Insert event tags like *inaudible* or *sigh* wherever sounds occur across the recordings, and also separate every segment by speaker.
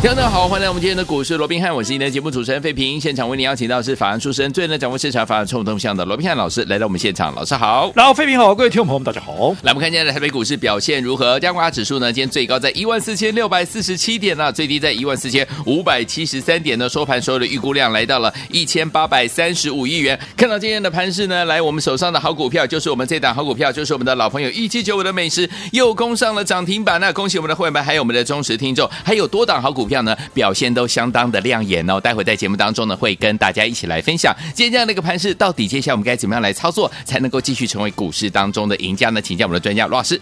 Speaker 1: 听众朋友好，欢迎来我们今天的股市罗宾汉，我是您的节目主持人费平。现场为您邀请到的是法案出身、最能掌握市场法案冲动向的罗宾汉老师来到我们现场，老师好。
Speaker 2: 然后，费平好，各位听众朋友们，大家好。
Speaker 1: 来，我们看现在的台北股市表现如何？加权指数呢，今天最高在14,647点呢、最低在14,573点呢。收盘收的预估量来到了1,835亿元。看到今天的盘势呢，来我们手上的好股票就是我们这档好股票，就是我们的老朋友1795的美食又攻上了涨停板那恭喜我们的会员们，还有我们的忠实听众，还有多档好股票呢，表现都相当的亮眼哦。待会在节目当中呢，会跟大家一起来分享今天这样的一个盘势，到底接下来我们该怎么样来操作，才能够继续成为股市当中的赢家呢？请教我们的专家罗老师。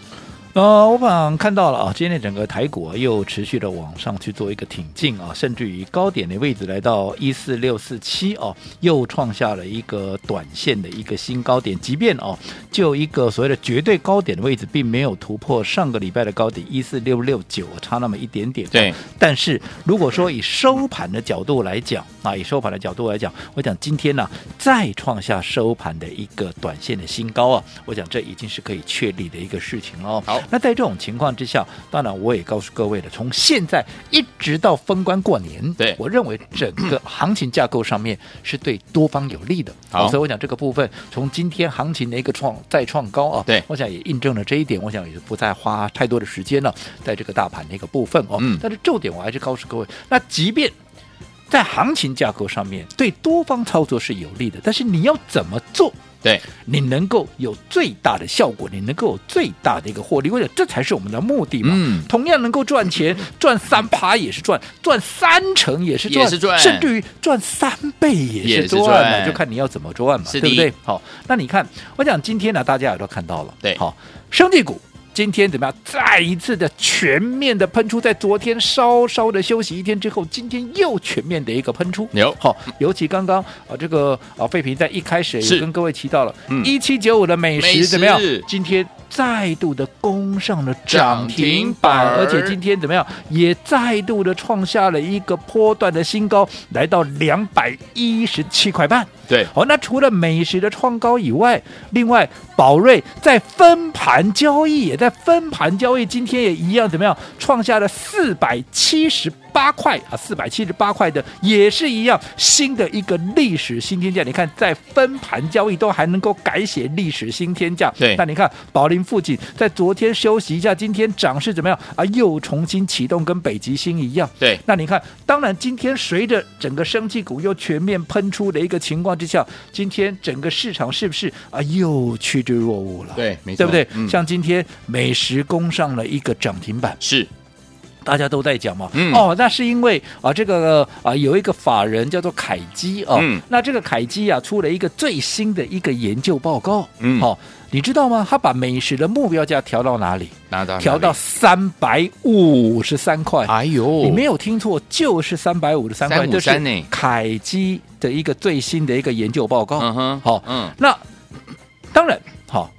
Speaker 2: 呃，我想看到了啊，今天整个台股啊又持续的往上去做一个挺进啊，甚至于高点的位置来到一四六四七哦，又创下了一个短线的一个新高点。即便哦，就一个所谓的绝对高点的位置，并没有突破上个礼拜的高点一四六六九，差那么一点点。
Speaker 1: 对，
Speaker 2: 但是如果说以收盘的角度来讲啊，以收盘的角度来讲，我讲今天呢、再创下收盘的一个短线的新高啊，我讲这已经是可以确立的一个事情了哦。
Speaker 1: 好
Speaker 2: 那在这种情况之下，当然我也告诉各位了，从现在一直到封关过年，
Speaker 1: 对
Speaker 2: 我认为整个行情架构上面是对多方有利的。
Speaker 1: 好
Speaker 2: 所以我讲这个部分，从今天行情的一个创再创高啊，
Speaker 1: 对
Speaker 2: 我想也印证了这一点。我想也是不再花太多的时间了，在这个大盘的一个部分哦。
Speaker 1: 嗯
Speaker 2: 但是重点我还是告诉各位，那即便在行情架构上面对多方操作是有利的，但是你要怎么做？
Speaker 1: 对，
Speaker 2: 你能够有最大的效果，你能够有最大的一个获利，为了这才是我们的目的嘛。
Speaker 1: 嗯
Speaker 2: 同样能够赚
Speaker 1: *laughs*
Speaker 2: 钱，赚三趴也是赚，赚三成也是赚，
Speaker 1: 也是赚
Speaker 2: 甚至于赚三倍也
Speaker 1: 也是
Speaker 2: 是赚嘛，
Speaker 1: 赚
Speaker 2: 就看你要怎么赚嘛，
Speaker 1: 是
Speaker 2: 对
Speaker 1: 的
Speaker 2: 不对？好，那你看，我讲今天呢、大家也都看到了，
Speaker 1: 对
Speaker 2: 好，生技股。今天怎么样？再一次的全面的喷出，在昨天稍稍的休息一天之后，今天又全面的一个喷出。
Speaker 1: 有
Speaker 2: 好、尤其刚刚啊、呃这个啊、呃费平在一开始
Speaker 1: 是
Speaker 2: 也跟各位提到了
Speaker 1: 嗯，
Speaker 2: 一七九五的美
Speaker 1: 美
Speaker 2: 食怎么样
Speaker 1: 食？
Speaker 2: 今天再度的攻上了
Speaker 1: 涨
Speaker 2: 涨
Speaker 1: 停
Speaker 2: 停
Speaker 1: 板
Speaker 2: 板，
Speaker 1: 儿
Speaker 2: 而且今天怎么样？也再度的创下了一个波段的新高，来到两百一十七块半。
Speaker 1: 对，
Speaker 2: 好、那除了美食的创高以外，另外宝瑞在分盘交易，也在分盘交易，今天也一样怎么样，创下了四百七十八块啊，四百七十八块的也是一样新的一个历史新天价。你看，在分盘交易都还能够改写历史新天价，
Speaker 1: 对
Speaker 2: 啊那你看宝林附近在昨天休息一下，今天涨势怎么样啊？又重新启动，跟北极星一样，
Speaker 1: 对，
Speaker 2: 那你看，当然今天随着整个生技股又全面喷出的一个情况之下，今天整个市场是不是啊又趋之若鹜了？
Speaker 1: 对没错
Speaker 2: 对不对？
Speaker 1: 嗯
Speaker 2: 像今天美食攻上了一个涨停板，
Speaker 1: 是
Speaker 2: 大家都在讲嘛，
Speaker 1: 嗯
Speaker 2: 哦，那是因为啊，这个啊有一个法人叫做凯基哦，
Speaker 1: 嗯
Speaker 2: 那这个凯基啊出了一个最新的一个研究报告，
Speaker 1: 嗯
Speaker 2: 哦，你知道吗？他把美食的目标价调到哪里？
Speaker 1: 拿到哪里
Speaker 2: 调到，三百五十三块，
Speaker 1: 哎呦，
Speaker 2: 你没有听错，就是三百五十三块，
Speaker 1: 353
Speaker 2: 这
Speaker 1: 呢
Speaker 2: 是凯基的一个最新的一个研究报告。
Speaker 1: 嗯哼，
Speaker 2: 好
Speaker 1: 嗯，
Speaker 2: 那当然好，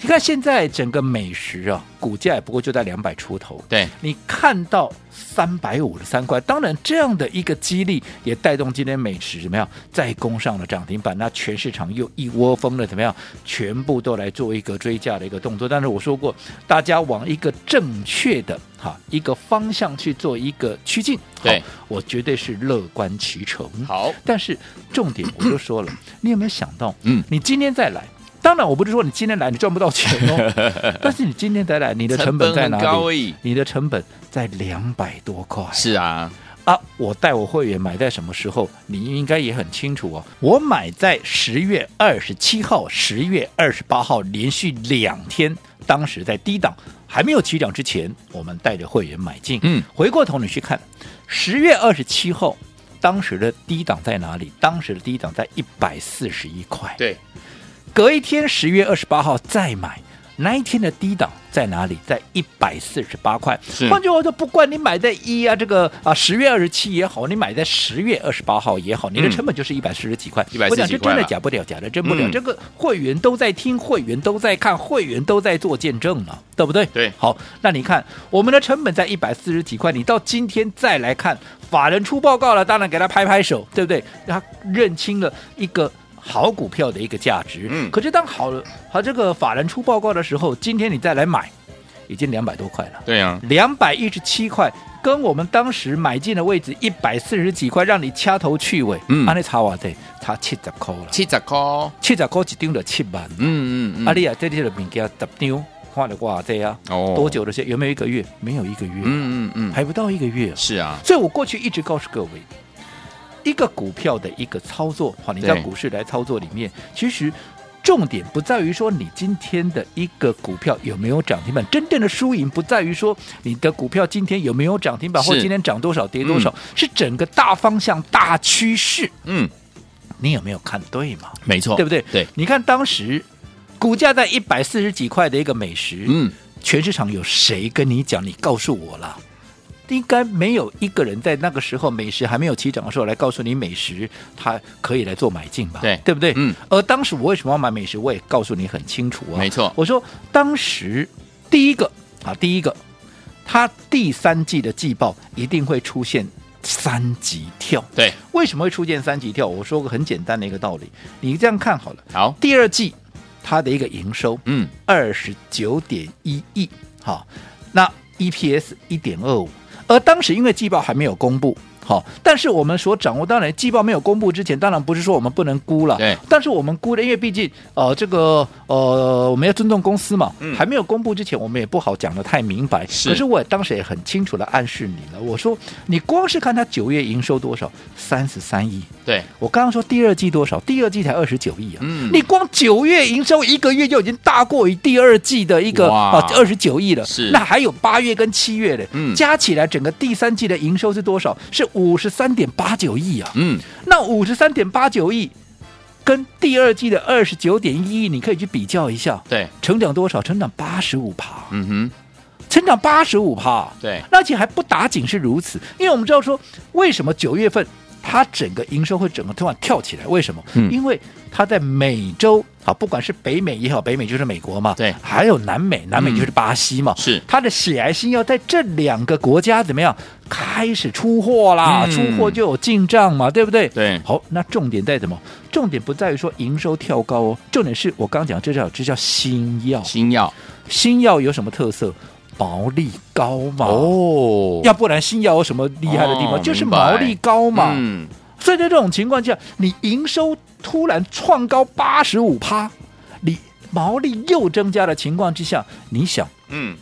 Speaker 2: 你看现在整个美食啊，股价也不过就在两百出头。
Speaker 1: 对，
Speaker 2: 你看到三百五十三块，当然这样的一个激励也带动今天美食怎么样再攻上了涨停板，那全市场又一窝蜂的怎么样，全部都来做一个追价的一个动作。但是我说过，大家往一个正确的哈一个方向去做一个趋近，好
Speaker 1: 对
Speaker 2: 我绝对是乐观其成。
Speaker 1: 好，
Speaker 2: 但是重点我就说了，你有没有想到？
Speaker 1: 嗯
Speaker 2: 你今天再来，当然我不是说你今天来你赚不到钱
Speaker 1: *laughs*
Speaker 2: 哦，但是你今天再来，你的成本在哪
Speaker 1: 成本很高
Speaker 2: 里？
Speaker 1: 诶
Speaker 2: 你的成本在两百多块
Speaker 1: 是啊，
Speaker 2: 啊！我带我会员买在什么时候？你应该也很清楚哦。我买在十月二十七号、十月二十八号，连续两天，当时在低档还没有起涨之前，我们带着会员买进。
Speaker 1: 嗯，
Speaker 2: 回过头你去看，十月二十七号，当时的低档在哪里？当时的低档在一百四十一块。
Speaker 1: 对，
Speaker 2: 隔一天十月二十八号再买，那一天的低档在哪里？在一百四十八块。
Speaker 1: 是
Speaker 2: 换句话说，不管你买在一啊这个啊十月二十七也好，你买在十月二十八号也好，你的
Speaker 1: 嗯
Speaker 2: 成本就是一百四十几块。
Speaker 1: 140
Speaker 2: 我讲这
Speaker 1: 几块
Speaker 2: 真的
Speaker 1: 了
Speaker 2: 假不了，假的真不了。
Speaker 1: 嗯
Speaker 2: 这个会员都在听，会员都在看，会员都在做见证了，对不对？
Speaker 1: 对
Speaker 2: 好，那你看我们的成本在一百四十几块，你到今天再来看，法人出报告了，当然给他拍拍手，对不对？他认清了一个。好股票的一个价值，
Speaker 1: 嗯
Speaker 2: 可是当好了好这个法人出报告的时候，今天你再来买，已经两百多块了。
Speaker 1: 对啊，
Speaker 2: 两百一十七块，跟我们当时买进的位置一百四十几块，让你掐头去尾。
Speaker 1: 嗯
Speaker 2: 安尼差哇对，差七十块了，
Speaker 1: 七十块，
Speaker 2: 七十块一张就七万。
Speaker 1: 嗯嗯嗯，
Speaker 2: 啊，你啊，这里的物件十张，换了哇这啊，
Speaker 1: 哦
Speaker 2: 多？久的时间？有没有一个月？没有一个月，
Speaker 1: 嗯嗯嗯，
Speaker 2: 还不到一个月。
Speaker 1: 是啊，
Speaker 2: 所以我过去一直告诉各位，一个股票的一个操作，好，你
Speaker 1: 对
Speaker 2: 在股市来操作里面，其实。重点不在于说你今天的一个股票有没有涨停板，真正的输赢不在于说你的股票今天有没有涨停板，
Speaker 1: 是
Speaker 2: 或今天涨多少跌多少，是整个大方向、大趋势，
Speaker 1: 嗯，
Speaker 2: 你有没有看对嘛？
Speaker 1: 没错，
Speaker 2: 对不对？
Speaker 1: 哦对，
Speaker 2: 你看当时股价在一百四十几块的一个美食，
Speaker 1: 嗯，
Speaker 2: 全市场有谁跟你讲？你告诉我啦。应该没有一个人在那个时候美食还没有起涨的时候来告诉你美食它可以来做买进吧？
Speaker 1: 对
Speaker 2: 对不对？
Speaker 1: 嗯。
Speaker 2: 而当时我为什么要买美食，我也告诉你很清楚啊。
Speaker 1: 没错
Speaker 2: 我说当时第一个啊，第一个，它第三季的季报一定会出现三级跳。
Speaker 1: 对，
Speaker 2: 为什么会出现三级跳？我说个很简单的一个道理，你这样看好了，
Speaker 1: 好，
Speaker 2: 第二季它的一个营收，
Speaker 1: 嗯，
Speaker 2: 二十九点一亿，好，那 EPS 一点二五，而当时因为季报还没有公布。好，但是我们所掌握，当然季报没有公布之前，当然不是说我们不能估了，
Speaker 1: 对
Speaker 2: 但是我们估的，因为毕竟呃，这个呃，我们要尊重公司嘛，
Speaker 1: 嗯
Speaker 2: 还没有公布之前，我们也不好讲的太明白。
Speaker 1: 是
Speaker 2: 可是我也当时也很清楚的暗示你了，我说你光是看它九月营收多少，三十三亿，
Speaker 1: 对，
Speaker 2: 我刚刚说第二季多少？第二季才二十九亿啊！
Speaker 1: 嗯
Speaker 2: 你光九月营收一个月就已经大过于第二季的一个
Speaker 1: 哇
Speaker 2: 啊二十九亿了。
Speaker 1: 是
Speaker 2: 那还有八月跟七月的，
Speaker 1: 嗯
Speaker 2: 加起来整个第三季的营收是多少？是五十三点八九亿啊！
Speaker 1: 嗯，
Speaker 2: 那五十三点八九亿跟第二季的二十九点一亿，你可以去比较一下，
Speaker 1: 对，
Speaker 2: 成长多少？成长八十五趴。
Speaker 1: 嗯哼，
Speaker 2: 成长八十五趴，
Speaker 1: 对
Speaker 2: 那而且还不打紧是如此，因为我们知道说，为什么九月份它整个营收会整个突然跳起来？为什么？
Speaker 1: 嗯
Speaker 2: 因为它在美洲啊，不管是北美也好，北美就是美国嘛，
Speaker 1: 对嗯
Speaker 2: 还有南美，南美就是巴西嘛，
Speaker 1: 是
Speaker 2: 它的血癌新药在这两个国家怎么样开始出货啦？
Speaker 1: 嗯
Speaker 2: 出货就有进账嘛，对不对？
Speaker 1: 对
Speaker 2: 好，那重点在什么？重点不在于说营收跳高哦，重点是我刚讲这叫这叫新药，
Speaker 1: 新药
Speaker 2: 新药有什么特色？毛利高嘛。
Speaker 1: 哦
Speaker 2: 要不然新药有什么厉害的地方？
Speaker 1: 哦
Speaker 2: 就是
Speaker 1: 明白
Speaker 2: 毛利高嘛。
Speaker 1: 嗯，
Speaker 2: 所以在这种情况下，你营收突然创高八十五趴，你毛利又增加的情况之下，你想
Speaker 1: 嗯，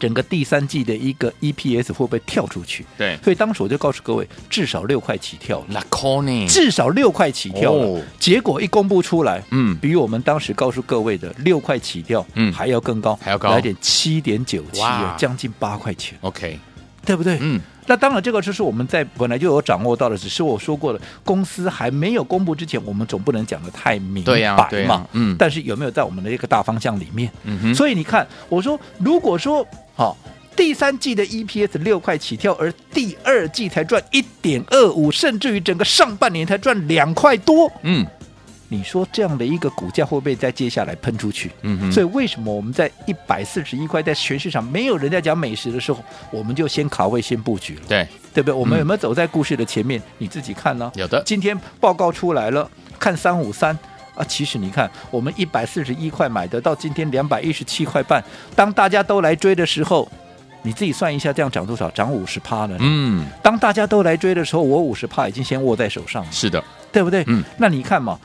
Speaker 2: 整个第三季的一个 EPS 会不会跳出去？
Speaker 1: 对，
Speaker 2: 所以当时我就告诉各位，至少六块起跳了，
Speaker 1: 拉科呢？
Speaker 2: 至少六块起跳了。
Speaker 1: 哦
Speaker 2: 结果一公布出来，
Speaker 1: 嗯，
Speaker 2: 比我们当时告诉各位的六块起跳，
Speaker 1: 嗯
Speaker 2: 还要更高，
Speaker 1: 还要高
Speaker 2: 来点七点九七，
Speaker 1: 哇
Speaker 2: 将近八块钱，
Speaker 1: ，OK，
Speaker 2: 对不对？
Speaker 1: 嗯，
Speaker 2: 那当然，这个就是我们在本来就有掌握到的，只是我说过了，公司还没有公布之前，我们总不能讲的太明
Speaker 1: 对
Speaker 2: 白
Speaker 1: 呀对
Speaker 2: 嘛，
Speaker 1: 呀嗯
Speaker 2: 但是有没有在我们的一个大方向里面？
Speaker 1: 嗯哼，
Speaker 2: 所以你看，我说如果说好、第三季的 EPS 六块起跳，而第二季才赚一点二五，甚至于整个上半年才赚两块多，
Speaker 1: 嗯
Speaker 2: 你说这样的一个股价会不会在接下来喷出去？
Speaker 1: 嗯哼，
Speaker 2: 所
Speaker 1: 以
Speaker 2: 以为什么我们在一百四十一块，在全市场没有人在讲美食的时候，我们就先卡位、先布局了，
Speaker 1: 对，
Speaker 2: 对不对？我们
Speaker 1: 嗯
Speaker 2: 有没有走在故事的前面？你自己看呢、
Speaker 1: 有的
Speaker 2: 今天报告出来了，看三五三。啊，其实你看，我们一百四十一块买的，到今天两百一十七块半，当大家都来追的时候，你自己算一下，这样涨多少？涨五十趴了。
Speaker 1: 嗯，
Speaker 2: 当大家都来追的时候，我五十趴已经先握在手上了。
Speaker 1: 是的，
Speaker 2: 对不对？
Speaker 1: 嗯，
Speaker 2: 那你看嘛，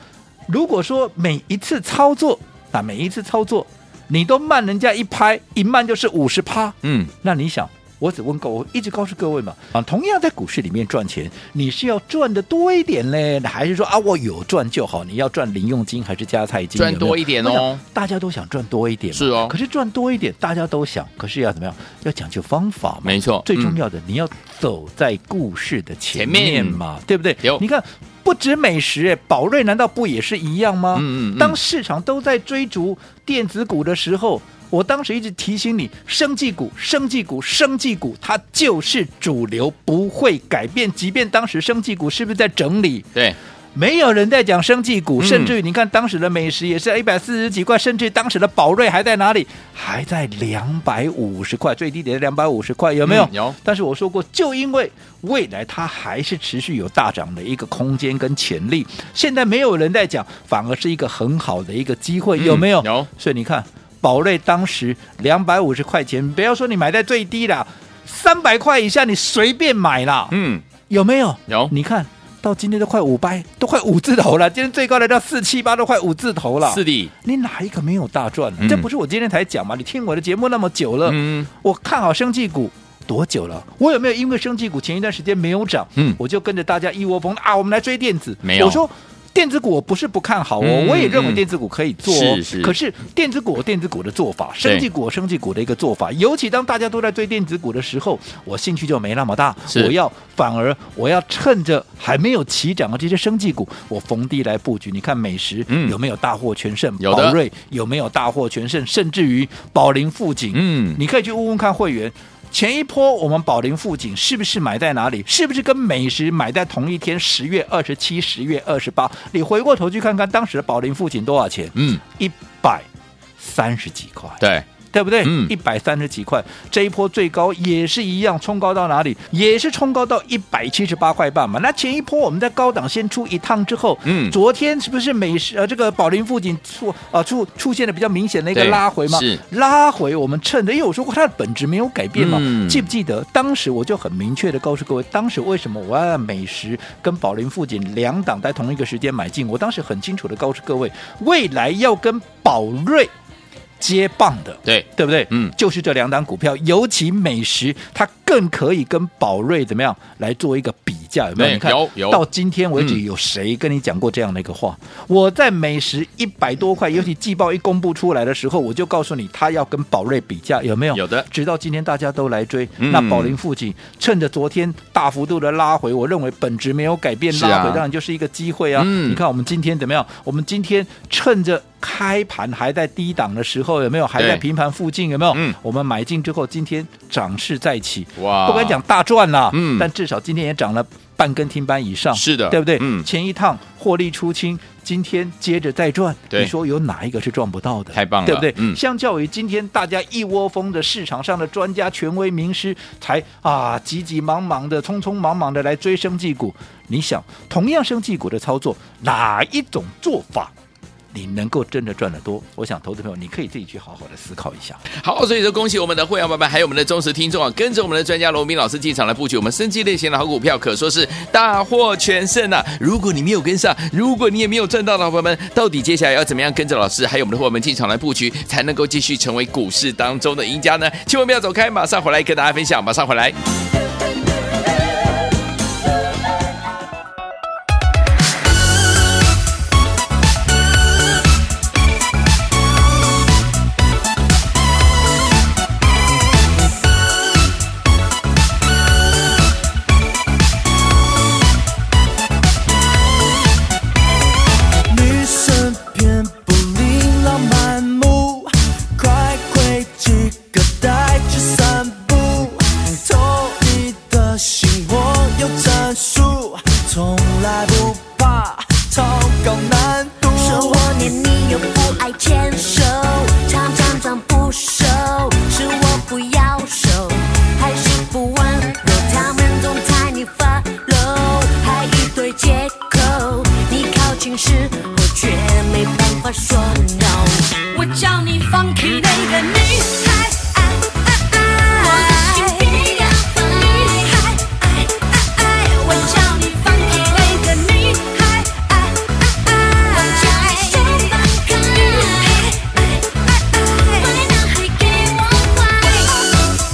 Speaker 2: 如果说每一次操作啊，每一次操作你都慢人家一拍，一慢就是五十趴，
Speaker 1: 嗯，
Speaker 2: 那你想？我只问过，我一直告诉各位嘛，啊，同样在股市里面赚钱，你是要赚的多一点嘞，还是说啊，我有赚就好？你要赚零用金还是加菜金？
Speaker 1: 赚
Speaker 2: 有没有
Speaker 1: 多一点
Speaker 2: 我
Speaker 1: 哦
Speaker 2: 想，大家都想赚多一点嘛，
Speaker 1: 是哦
Speaker 2: 可是赚多一点，大家都想，可是要怎么样？要讲究方法嘛。
Speaker 1: 没错，
Speaker 2: 最重
Speaker 1: 嗯
Speaker 2: 要的，你要走在故事的前
Speaker 1: 前
Speaker 2: 面
Speaker 1: 面
Speaker 2: 嘛，对不对
Speaker 1: 有？
Speaker 2: 你看，不止美食，哎宝瑞难道不也是一样吗？
Speaker 1: 嗯嗯嗯
Speaker 2: 当市场都在追逐电子股的时候，我当时一直提醒你，生技股、生技股、生技股，它就是主流，不会改变。即便当时生技股是不是在整理？
Speaker 1: 对，
Speaker 2: 没有人在讲生技股，
Speaker 1: 嗯
Speaker 2: 甚至于你看当时的美食也是一百四十几块，甚至于当时的宝瑞还在哪里？还在两百五十块，最低点两百五十块，有没有？
Speaker 1: 嗯有
Speaker 2: 但是我说过，就因为未来它还是持续有大涨的一个空间跟潜力，现在没有人在讲，反而是一个很好的一个机会，
Speaker 1: 嗯
Speaker 2: 有没有？
Speaker 1: 有。
Speaker 2: 所以你看，宝瑞当时两百五十块钱，不要说你买在最低啦，三百块以下你随便买啦。
Speaker 1: 嗯，
Speaker 2: 有没有？
Speaker 1: 有
Speaker 2: 你看到今天都快五百，都快五字头了。今天最高来到四七八，都快五字头了。
Speaker 1: 是的，
Speaker 2: 你哪一个没有大赚呢、
Speaker 1: 嗯
Speaker 2: 这不是我今天才讲吗？你听我的节目那么久了，
Speaker 1: 嗯，
Speaker 2: 我看好生技股。多久了？我有没有因为生技股前一段时间没有涨，
Speaker 1: 嗯
Speaker 2: 我就跟着大家一窝蜂啊，我们来追电子？
Speaker 1: 没有
Speaker 2: 我说电子股我不是不看好哦，
Speaker 1: 嗯
Speaker 2: 我也认为
Speaker 1: 嗯
Speaker 2: 电子股可以做、哦，
Speaker 1: 是是
Speaker 2: 可是电子股有电子股的做法，生技股有生技股的一个做法，尤其当大家都在追电子股的时候，我兴趣就没那么大，
Speaker 1: 是
Speaker 2: 我要反而我要趁着还没有起涨的这些生技股，我逢低来布局。你看美食、
Speaker 1: 嗯
Speaker 2: 有没有大获全胜？
Speaker 1: 有的
Speaker 2: 宝瑞有没有大获全胜？甚至于宝林富锦，
Speaker 1: 嗯
Speaker 2: 你可以去问问看会员。前一波我们宝林富锦是不是买在哪里？是不是跟美食买在同一天？十月二十七、十月二十八，你回过头去看看当时的宝林富锦多少钱？
Speaker 1: 嗯，
Speaker 2: 一百三十几块，
Speaker 1: 对，
Speaker 2: 对不对？
Speaker 1: 嗯
Speaker 2: 一百三十几块，这一波最高也是一样，冲高到哪里？也是冲高到一百七十八块半嘛。那前一波我们在高档先出一趟之后，
Speaker 1: 嗯
Speaker 2: 昨天是不是美食呃这个宝林附近出啊、出出现了比较明显的一个
Speaker 1: 对
Speaker 2: 拉回嘛？
Speaker 1: 是
Speaker 2: 拉回，我们趁着，哎因为我说过它的本质没有改变嘛，
Speaker 1: 嗯
Speaker 2: 记不记得当时我就很明确的告诉各位，当时为什么我要让美食跟宝林附近两档在同一个时间买进？我当时很清楚的告诉各位，未来要跟宝瑞接棒的。
Speaker 1: 对，
Speaker 2: 对不对？
Speaker 1: 嗯
Speaker 2: 就是这两档股票，尤其美食，它更可以跟宝瑞怎么样来做一个比较，有没有？
Speaker 1: 对
Speaker 2: 你看，
Speaker 1: 有有
Speaker 2: 到今天为止，
Speaker 1: 嗯
Speaker 2: 有谁跟你讲过这样的一个话？我在美食一百多
Speaker 1: 嗯
Speaker 2: 块，尤其季报一公布出来的时候，我就告诉你，它要跟宝瑞比价，有没有？
Speaker 1: 有的
Speaker 2: 直到今天大家都来追，
Speaker 1: 嗯
Speaker 2: 那宝林附近趁着昨天大幅度的拉回，我认为本质没有改变，
Speaker 1: 是啊
Speaker 2: 拉回当然就是一个机会啊。
Speaker 1: 嗯
Speaker 2: 你看我们今天怎么样？我们今天趁着开盘还在低档的时候，有没有？还在
Speaker 1: 对
Speaker 2: 平盘附近，有没有？
Speaker 1: 嗯
Speaker 2: 我们买进之后，今天涨势再起，
Speaker 1: 哇
Speaker 2: 不敢讲大赚啦，
Speaker 1: 嗯
Speaker 2: 但至少今天也涨了半根停板以上，
Speaker 1: 是的
Speaker 2: 对不对？
Speaker 1: 嗯
Speaker 2: 前一趟获利出清，今天接着再赚，
Speaker 1: 对
Speaker 2: 你说有哪一个是赚不到的？
Speaker 1: 太棒了
Speaker 2: 对不对？
Speaker 1: 嗯
Speaker 2: 相较于今天大家一窝蜂的市场上的专家、权威、名师，才啊急急忙忙的、匆匆忙忙的来追生技股，你想，同样生技股的操作，哪一种做法？你能够真的赚得多，我想投资朋友，你可以自己去好好的思考一下。
Speaker 1: 好，所以说恭喜我们的会员爸爸，还有我们的忠实听众啊，跟着我们的专家罗斌老师进场来布局我们升级类型的好股票，可说是大获全胜啊！如果你没有跟上，如果你也没有赚到的伙伴们，到底接下来要怎么样跟着老师，还有我们的伙伴们进场来布局，才能够继续成为股市当中的赢家呢？千万不要走开，马上回来跟大家分享，马上回来。
Speaker 3: 女生偏不琳琅满目，快快几个带去散步，投你的心我有战术，从来不怕超高难度。
Speaker 4: 说我黏你又不爱牵手，常常装不熟，是我不要手，还是不温柔，他们总猜你发漏，还一堆借口，你靠近时我却没办法说 no，我叫你放弃那个女孩。我的心比较笨女孩我叫你放弃那个女孩我叫你先放开，快拿还给我快！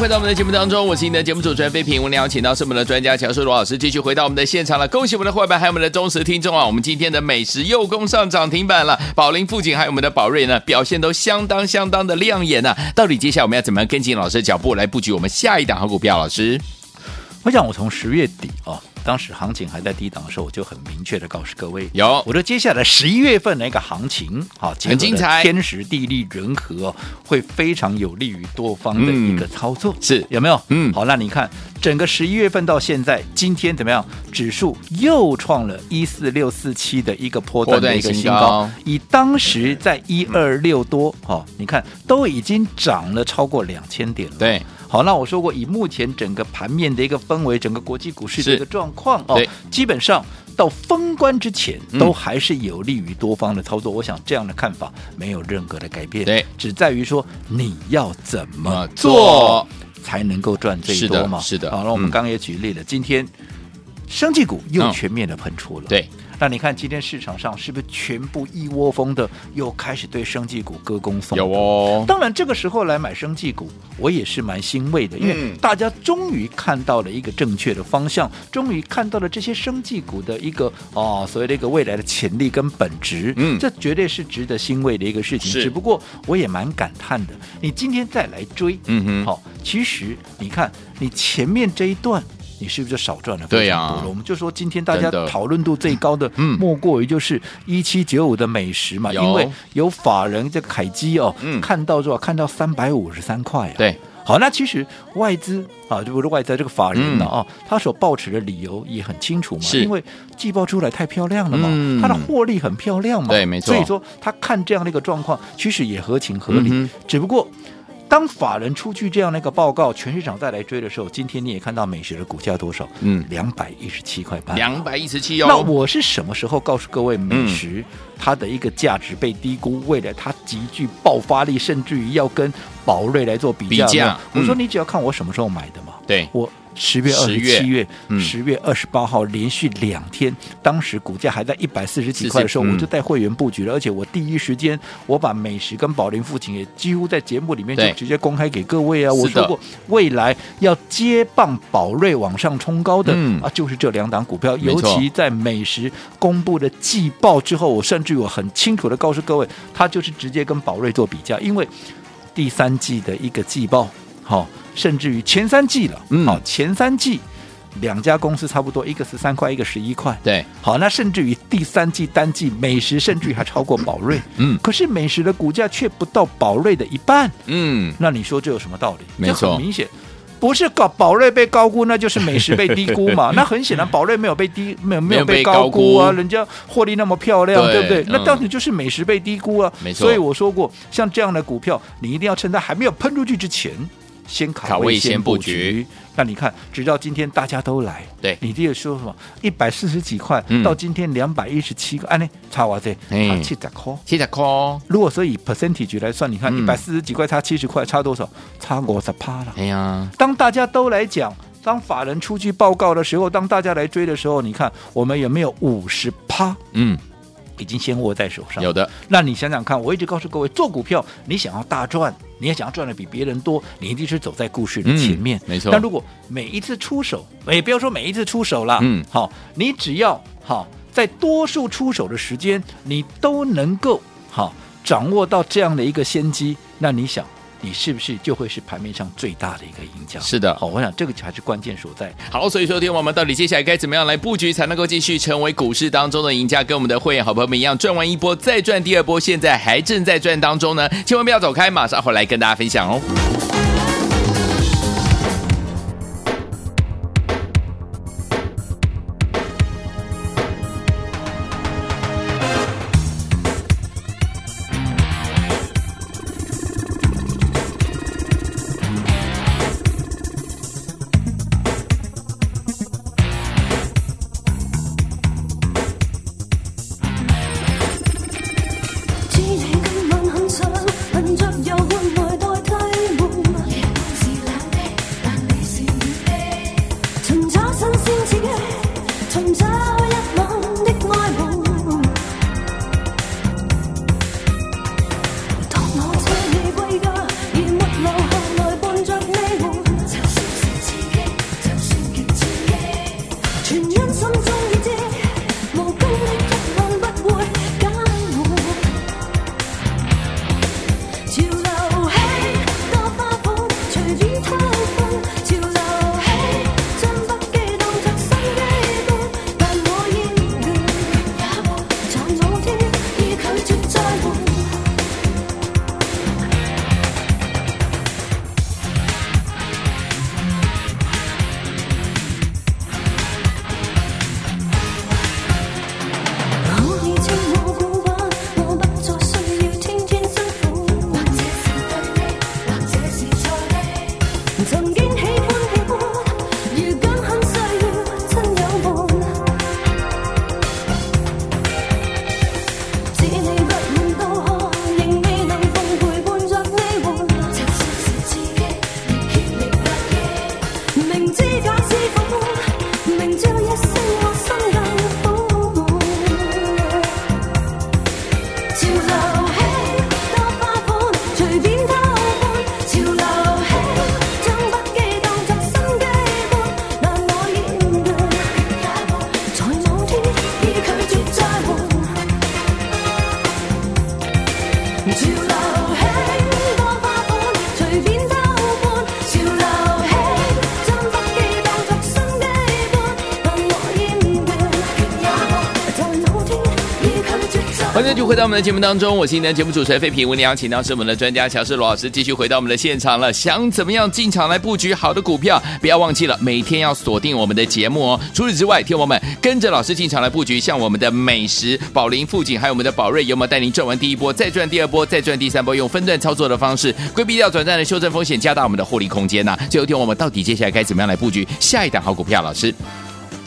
Speaker 1: 回到我们的节目当中，我是你的节目主持人飞平。我们邀请到是我们的专家乔树罗老师，继续回到我们的现场了。恭喜我们的伙伴，还有我们的忠实听众啊！我们今天的美食又攻上涨停板了，宝林、富锦还有我们的宝瑞呢，表现都相当相当的亮眼啊！到底接下来我们要怎么样跟进老师的脚步来布局我们下一档好股票？老师，
Speaker 2: 我想我从十月底哦，当时行情还在低档的时候，我就很明确的告诉各位，
Speaker 1: 有
Speaker 2: 我说接下来十一月份的一个行情，好、结合
Speaker 1: 很精彩
Speaker 2: 了天时地利人和、哦，会非常有利于多方的
Speaker 1: 嗯
Speaker 2: 一个操作，
Speaker 1: 是
Speaker 2: 有没有？
Speaker 1: 嗯
Speaker 2: 好，那你看整个十一月份到现在，今天怎么样？指数又创了一四六四七的一个波段的一个
Speaker 1: 波段新
Speaker 2: 新
Speaker 1: 高
Speaker 2: 高，以当时在一二六多，哦，你看都已经涨了超过两千点了，
Speaker 1: 对，
Speaker 2: 好，那我说过，以目前整个盘面的一个氛围，整个国际股市的一个
Speaker 1: 是
Speaker 2: 状况哦
Speaker 1: 对
Speaker 2: 基本上到封关之前
Speaker 1: 嗯
Speaker 2: 都还是有利于多方的操作。我想这样的看法没有任何的改变，
Speaker 1: 对
Speaker 2: 只在于说你要怎么
Speaker 1: 怎么做
Speaker 2: 做才能够赚最
Speaker 1: 是的
Speaker 2: 多嘛？
Speaker 1: 是的
Speaker 2: 好，那我们
Speaker 1: 嗯
Speaker 2: 刚刚也举例了，今天生技股又
Speaker 1: 嗯
Speaker 2: 全面的喷出了，
Speaker 1: 对，
Speaker 2: 那你看今天市场上是不是全部一窝蜂的又开始对生技股歌功颂德
Speaker 1: 有哦，
Speaker 2: 当然，这个时候来买生技股，我也是蛮欣慰的，因为
Speaker 1: 嗯
Speaker 2: 大家终于看到了一个正确的方向，终于看到了这些生技股的一个哦，所谓的一个未来的潜力跟本质，
Speaker 1: 嗯
Speaker 2: 这绝对是值得欣慰的一个事情。
Speaker 1: 是
Speaker 2: 只不过我也蛮感叹的，你今天再来追，
Speaker 1: 嗯哼
Speaker 2: 好、其实你看你前面这一段。你是不是就少赚了
Speaker 1: 对
Speaker 2: 非
Speaker 1: 呀
Speaker 2: 常多了？我们就说今天大家
Speaker 1: 真的
Speaker 2: 讨论度最高的，
Speaker 1: 嗯
Speaker 2: 莫过于就是一七九五的美食嘛，
Speaker 1: 有
Speaker 2: 因为有法人这凯基哦，
Speaker 1: 嗯
Speaker 2: 看到多少？看到三百五十三块啊。。
Speaker 1: 对，
Speaker 2: 好，那其实外资啊，就不是外资这个法人呢、
Speaker 1: 嗯
Speaker 2: 啊，他所抱持的理由也很清楚嘛，
Speaker 1: 是
Speaker 2: 因为季报出来太漂亮了嘛，
Speaker 1: 嗯
Speaker 2: 它的获利很漂亮嘛，
Speaker 1: 对没错
Speaker 2: 所以说他看这样的一个状况，其实也合情合理，
Speaker 1: 嗯
Speaker 2: 只不过。当法人出具这样的一个报告，全市场再来追的时候，今天你也看到美食的股价多少？
Speaker 1: 嗯
Speaker 2: 两百一十七块半。
Speaker 1: 两百一十七
Speaker 2: 那
Speaker 1: 哦，嗯
Speaker 2: 我是什么时候告诉各位美食、它的一个价值被低估，未来它极具爆发力，甚至于要跟宝瑞来做比较？
Speaker 1: 比价
Speaker 2: 有没有
Speaker 1: 嗯
Speaker 2: 我说你只要看我什么时候买的嘛。
Speaker 1: 对
Speaker 2: 我十月二
Speaker 1: 10月
Speaker 2: 十七月、
Speaker 1: 嗯
Speaker 2: 十月二十八号连续两天，当时股价还在一百四十几块的时候，
Speaker 1: 40嗯
Speaker 2: 我就带会员布局了，而且我第一时间我把美食跟宝林父亲也几乎在节目里面就
Speaker 1: 对
Speaker 2: 直接公开给各位啊。
Speaker 1: 是的
Speaker 2: 我说过，未来要接棒宝瑞往上冲高的、
Speaker 1: 嗯
Speaker 2: 啊，就是这两档股票，
Speaker 1: 没
Speaker 2: 尤
Speaker 1: 错
Speaker 2: 其在美食公布的季报之后，我甚至我很清楚的告诉各位，它就是直接跟宝瑞做比较，因为第三季的一个季报，好、甚至于前三季了，
Speaker 1: 嗯
Speaker 2: 好、前三季两家公司差不多，一个十三块，一个十一块，
Speaker 1: 对，
Speaker 2: 好，那甚至于第三季单季美食，甚至于还超过宝瑞，
Speaker 1: 嗯
Speaker 2: 可是美食的股价却不到宝瑞的一半，
Speaker 1: 嗯，
Speaker 2: 那你说这有什么道理？
Speaker 1: 没错
Speaker 2: 这很明显。不是搞宝瑞被高估，那就是美食被低估嘛。那很显然，宝瑞没有被低，没有
Speaker 1: 没
Speaker 2: 没
Speaker 1: 有
Speaker 2: 有被
Speaker 1: 被高
Speaker 2: 高估啊，
Speaker 1: 估
Speaker 2: 人家获利那么漂亮，
Speaker 1: 对
Speaker 2: 对不对
Speaker 1: 嗯？
Speaker 2: 那当时就是美食被低估啊。
Speaker 1: 没错
Speaker 2: 所以我说过，像这样的股票，你一定要趁它还没有喷出去之前，先卡
Speaker 1: 卡位
Speaker 2: 位
Speaker 1: 先
Speaker 2: 先
Speaker 1: 布
Speaker 2: 布
Speaker 1: 局
Speaker 2: 局。那你看，直到今天大家都来，
Speaker 1: 对
Speaker 2: 你这个说什么一百四十几块
Speaker 1: 嗯，
Speaker 2: 到今天两百一十七个，哎，那差哇塞，
Speaker 1: 嘿
Speaker 2: 差七十块。
Speaker 1: 谢谢 call，
Speaker 2: 如果说以 percentage 来算，你看
Speaker 1: 嗯
Speaker 2: 一百四十几块差七十块，差多少？差五十趴了。
Speaker 1: 哎呀，
Speaker 2: 当大家都来讲，当法人出具报告的时候，当大家来追的时候，你看我们有没有五十趴
Speaker 1: 嗯，
Speaker 2: 已经先握在手上？
Speaker 1: 有的，
Speaker 2: 那你想想看，我一直告诉各位，做股票你想要大赚，你也想要赚的比别人多，你一定是走在故事的前面。
Speaker 1: 嗯没错
Speaker 2: 但如果每一次出手，也不要说每一次出手啦，
Speaker 1: 嗯
Speaker 2: 好，你只要好在多数出手的时间，你都能够好掌握到这样的一个先机，那你想。你是不是就会是盘面上最大的一个赢家？
Speaker 1: 是的
Speaker 2: 好，我想这个才是关键所在。
Speaker 1: 好，所以说，天我们到底接下来该怎么样来布局，才能够继续成为股市当中的赢家？跟我们的会员好朋友们一样，赚完一波再赚第二波，现在还正在赚当中呢，千万不要走开，马上回来跟大家分享哦。
Speaker 5: 只你今晚很想，笨拙又換來代替悶悶，潮流興，多花款，隨便偷換。潮流興，將腹肌當作心機伴，但我厭倦，權也惡，在某天已近絕望。
Speaker 1: 欢迎就回到我们的节目当中，我是今天的节目主持人费平。为您邀请到是我们的专家乔世罗老师，继续回到我们的现场了。想怎么样进场来布局好的股票？不要忘记了，每天要锁定我们的节目哦。除此之外，听众朋友们跟着老师进场来布局，像我们的美食、宝林、富锦，还有我们的宝瑞，有没有带您赚完第一波，再赚第二波，再赚第三波？用分段操作的方式，规避掉转战的修正风险，加大我们的获利空间呐、最后，听我们到底接下来该怎么样来布局下一档好股票？老师，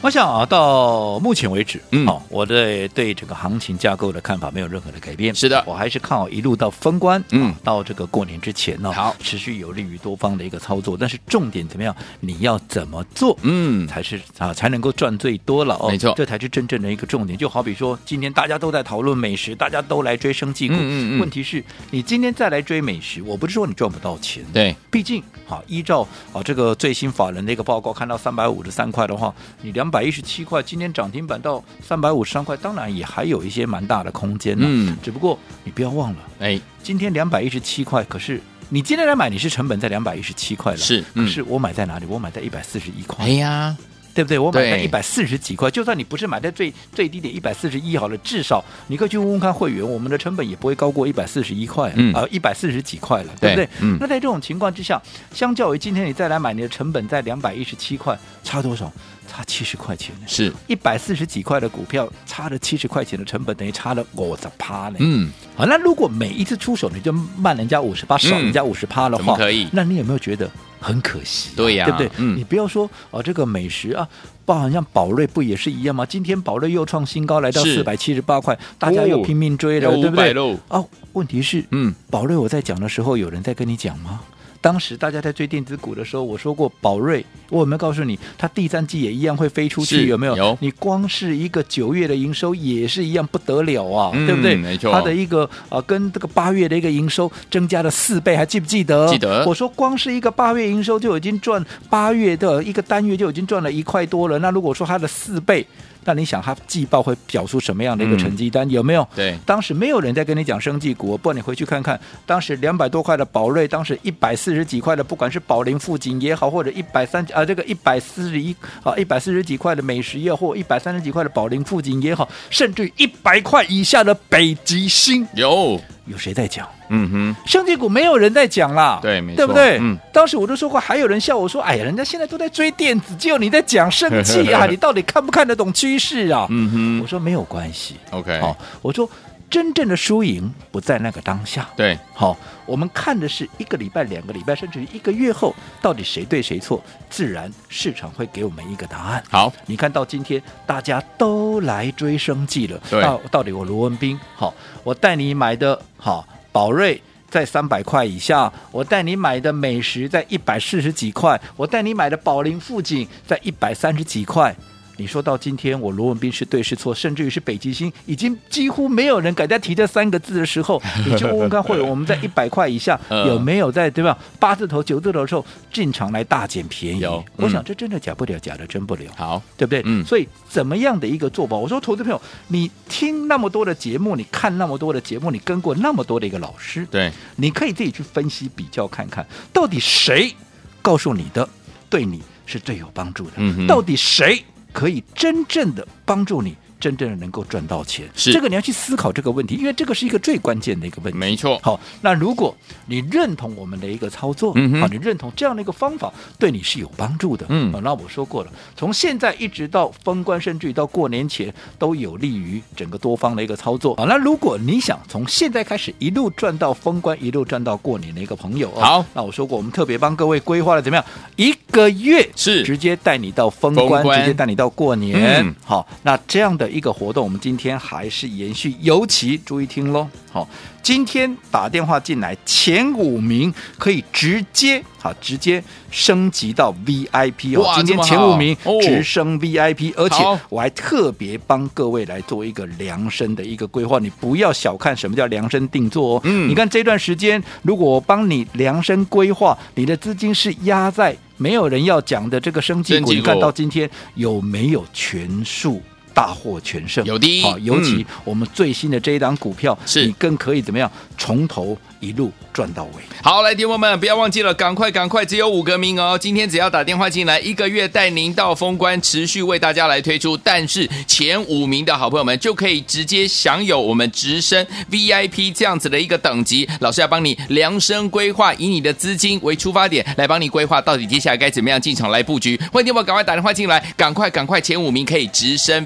Speaker 2: 我想啊，到目前为止，
Speaker 1: 嗯
Speaker 2: 好、我对对整个行情架构的看法没有任何的改变。
Speaker 1: 是的
Speaker 2: 我还是看好一路到封关，
Speaker 1: 嗯
Speaker 2: 啊到这个过年之前呢、
Speaker 1: 好
Speaker 2: 持续有利于多方的一个操作。但是重点怎么样？你要怎么做？
Speaker 1: 嗯，
Speaker 2: 才是啊，才能够赚最多了哦。
Speaker 1: 没错
Speaker 2: 这才是真正的一个重点。就好比说，今天大家都在讨论美食，大家都来追生技股。
Speaker 1: 嗯嗯嗯
Speaker 2: 问题是，你今天再来追美食，我不是说你赚不到钱，
Speaker 1: 对，
Speaker 2: 毕竟啊，依照啊这个最新法人的一个报告，看到三百五十三块的话，你两百一十七块，今天涨停板到三百五十三块，当然也还有一些蛮大的空间呢、
Speaker 1: 嗯
Speaker 2: 只不过你不要忘了，
Speaker 1: 哎，
Speaker 2: 今天两百一十七块，可是。你今天来买，你是成本在两百一十七块了，
Speaker 1: 是嗯
Speaker 2: 可是我买在哪里？我买在一百四十一块，
Speaker 1: 哎呀，
Speaker 2: 对不对？我买在
Speaker 1: 对
Speaker 2: 一百四十几块，就算你不是买在最最低点一百四十一好了，至少你可以去问问看会员，我们的成本也不会高过一百四十一块，
Speaker 1: 嗯
Speaker 2: 啊一百四十几块了，
Speaker 1: 对
Speaker 2: 对不对？
Speaker 1: 嗯
Speaker 2: 那在这种情况之下，相较于今天你再来买，你的成本在两百一十七块，差多少？差七十块钱呢。
Speaker 1: 是，
Speaker 2: 一百四十几块的股票，差了七十块钱的成本，等于差了五十趴呢。
Speaker 1: 嗯，
Speaker 2: 好，那如果每一次出手你就慢人家五十趴，少人家五十趴的
Speaker 1: 怎么
Speaker 2: 话，
Speaker 1: 可以
Speaker 2: 那你有没有觉得很可惜啊、
Speaker 1: 对呀
Speaker 2: 对不对？
Speaker 1: 嗯
Speaker 2: 你不要说哦，这个美食啊，包含像宝瑞不也是一样吗？今天宝瑞又创新高，来到
Speaker 1: 是
Speaker 2: 四百七十八块，大家又拼命追了，
Speaker 1: 要
Speaker 2: 对不对
Speaker 1: 500？喽
Speaker 2: 哦，问题是，
Speaker 1: 嗯，
Speaker 2: 宝瑞我在讲的时候，有人在跟你讲吗？当时大家在追电子股的时候，我说过宝瑞，我有没有告诉你，它第三季也一样会飞出
Speaker 1: 是
Speaker 2: 去？有没有？
Speaker 1: 有
Speaker 2: 你光是一个九月的营收也是一样不得了啊，
Speaker 1: 嗯
Speaker 2: 对不对？
Speaker 1: 没错
Speaker 2: 它的一个呃，跟这个八月的一个营收增加了四倍，还记不记得？
Speaker 1: 记得
Speaker 2: 我说光是一个八月营收就已经赚八月的一个单月就已经赚了一块多了。那如果说它的四倍，那你想它季报会表出什么样的一个
Speaker 1: 嗯
Speaker 2: 成绩单？有没有？
Speaker 1: 对
Speaker 2: 当时没有人在跟你讲生技股，不然你回去看看，当时两百多块的宝瑞，当时一百四十几块的，不管是宝林富锦也好，或者一百三啊这个一百四十一啊一百四十几块的美食业，或一百三十几块的宝林富锦也好，甚至一百块以下的北极星，
Speaker 1: 有，
Speaker 2: 有谁在讲？
Speaker 1: 嗯哼，
Speaker 2: 生技股没有人在讲啦，
Speaker 1: 对没错
Speaker 2: 对不对？
Speaker 1: 嗯
Speaker 2: 当时我就说过，还有人笑我说：“哎呀，人家现在都在追电子，只有你在讲生
Speaker 1: *laughs*
Speaker 2: 技啊，你到底看不看得懂趋势啊？”
Speaker 1: 嗯
Speaker 2: 我说没有关系，
Speaker 1: 哼，OK，
Speaker 2: 好、我说真正的输赢不在那个当下。
Speaker 1: 对，
Speaker 2: 好、我们看的是一个礼拜、两个礼拜，甚至于一个月后，到底谁对谁错，自然市场会给我们一个答案。
Speaker 1: 好，
Speaker 2: 你看到今天大家都来追生计了，
Speaker 1: 对
Speaker 2: 到到底我罗文斌好，我带你买的好宝瑞。在三百块以下，我带你买的美食在一百四十几块，我带你买的宝林富锦在一百三十几块。你说到今天，我罗文斌是对是错，甚至于是北极星，已经几乎没有人敢再提这三个字的时
Speaker 1: *laughs*
Speaker 2: 候，你就问问看会员，我们在一百块以下
Speaker 1: 嗯
Speaker 2: 有没有在对吧？八字头、九字头的时候进场来大捡便宜？
Speaker 1: 有
Speaker 2: 我
Speaker 1: 嗯
Speaker 2: 想这真的假不了，假的真不了。
Speaker 1: 好，
Speaker 2: 对不对？
Speaker 1: 嗯
Speaker 2: 所以怎么样的一个做法？我说，投资朋友，你听那么多的节目，你看那么多的节目，你跟过那么多的一个老师，
Speaker 1: 对，
Speaker 2: 你可以自己去分析比较看看，到底谁告诉你的对你是最有帮助的？
Speaker 1: 嗯哼
Speaker 2: 到底谁可以真正的帮助你，真正的能够赚到钱？
Speaker 1: 是
Speaker 2: 这个你要去思考这个问题，因为这个是一个最关键的一个问题。
Speaker 1: 没错，
Speaker 2: 好，那如果你认同我们的一个操作，
Speaker 1: 嗯哼
Speaker 2: 好，你认同这样的一个方法对你是有帮助的，
Speaker 1: 嗯
Speaker 2: 好那我说过了，从现在一直到封关，甚至于到过年前，都有利于整个多方的一个操作。好，啊那如果你想从现在开始一路赚到封关，一路赚到过年的一个朋友、哦，
Speaker 1: 好
Speaker 2: 那我说过，我们特别帮各位规划了怎么样一个月
Speaker 1: 是
Speaker 2: 直接带你到封
Speaker 1: 封
Speaker 2: 关，
Speaker 1: 关
Speaker 2: 直接带你到过年。
Speaker 1: 嗯
Speaker 2: 好，那这样的一个活动，我们今天还是延续，尤其注意听喽。好，今天打电话进来前五名可以直接好直接升级到 VIP 哦
Speaker 1: 哇，这
Speaker 2: 今天
Speaker 1: 么好
Speaker 2: 前五名
Speaker 1: 哦
Speaker 2: 直升 VIP，、而
Speaker 1: 好
Speaker 2: 且我还特别帮各位来做一个量身的一个规划，你不要小看什么叫量身定做哦。
Speaker 1: 嗯
Speaker 2: 你看这段时间，如果我帮你量身规划，你的资金是压在没有人要讲的这个升级
Speaker 1: 升
Speaker 2: 股，
Speaker 1: 级
Speaker 2: 你看
Speaker 1: 股
Speaker 2: 到今天有没有全数大获全胜。
Speaker 1: 有的
Speaker 2: 好，尤其
Speaker 1: 嗯
Speaker 2: 我们最新的这一档股票，
Speaker 1: 是
Speaker 2: 你更可以怎么样从头一路赚到尾。
Speaker 1: 好，来，听众们，不要忘记了，赶快赶快，只有五个名额哦。今天只要打电话进来，一个月带您到封关，持续为大家来推出。但是前五名的好朋友们就可以直接享有我们直升 VIP 这样子的一个等级。老师要帮你量身规划，以你的资金为出发点来帮你规划，到底接下来该怎么样进场来布局。欢迎听众们赶快打电话进来，赶快赶快，前五名可以直升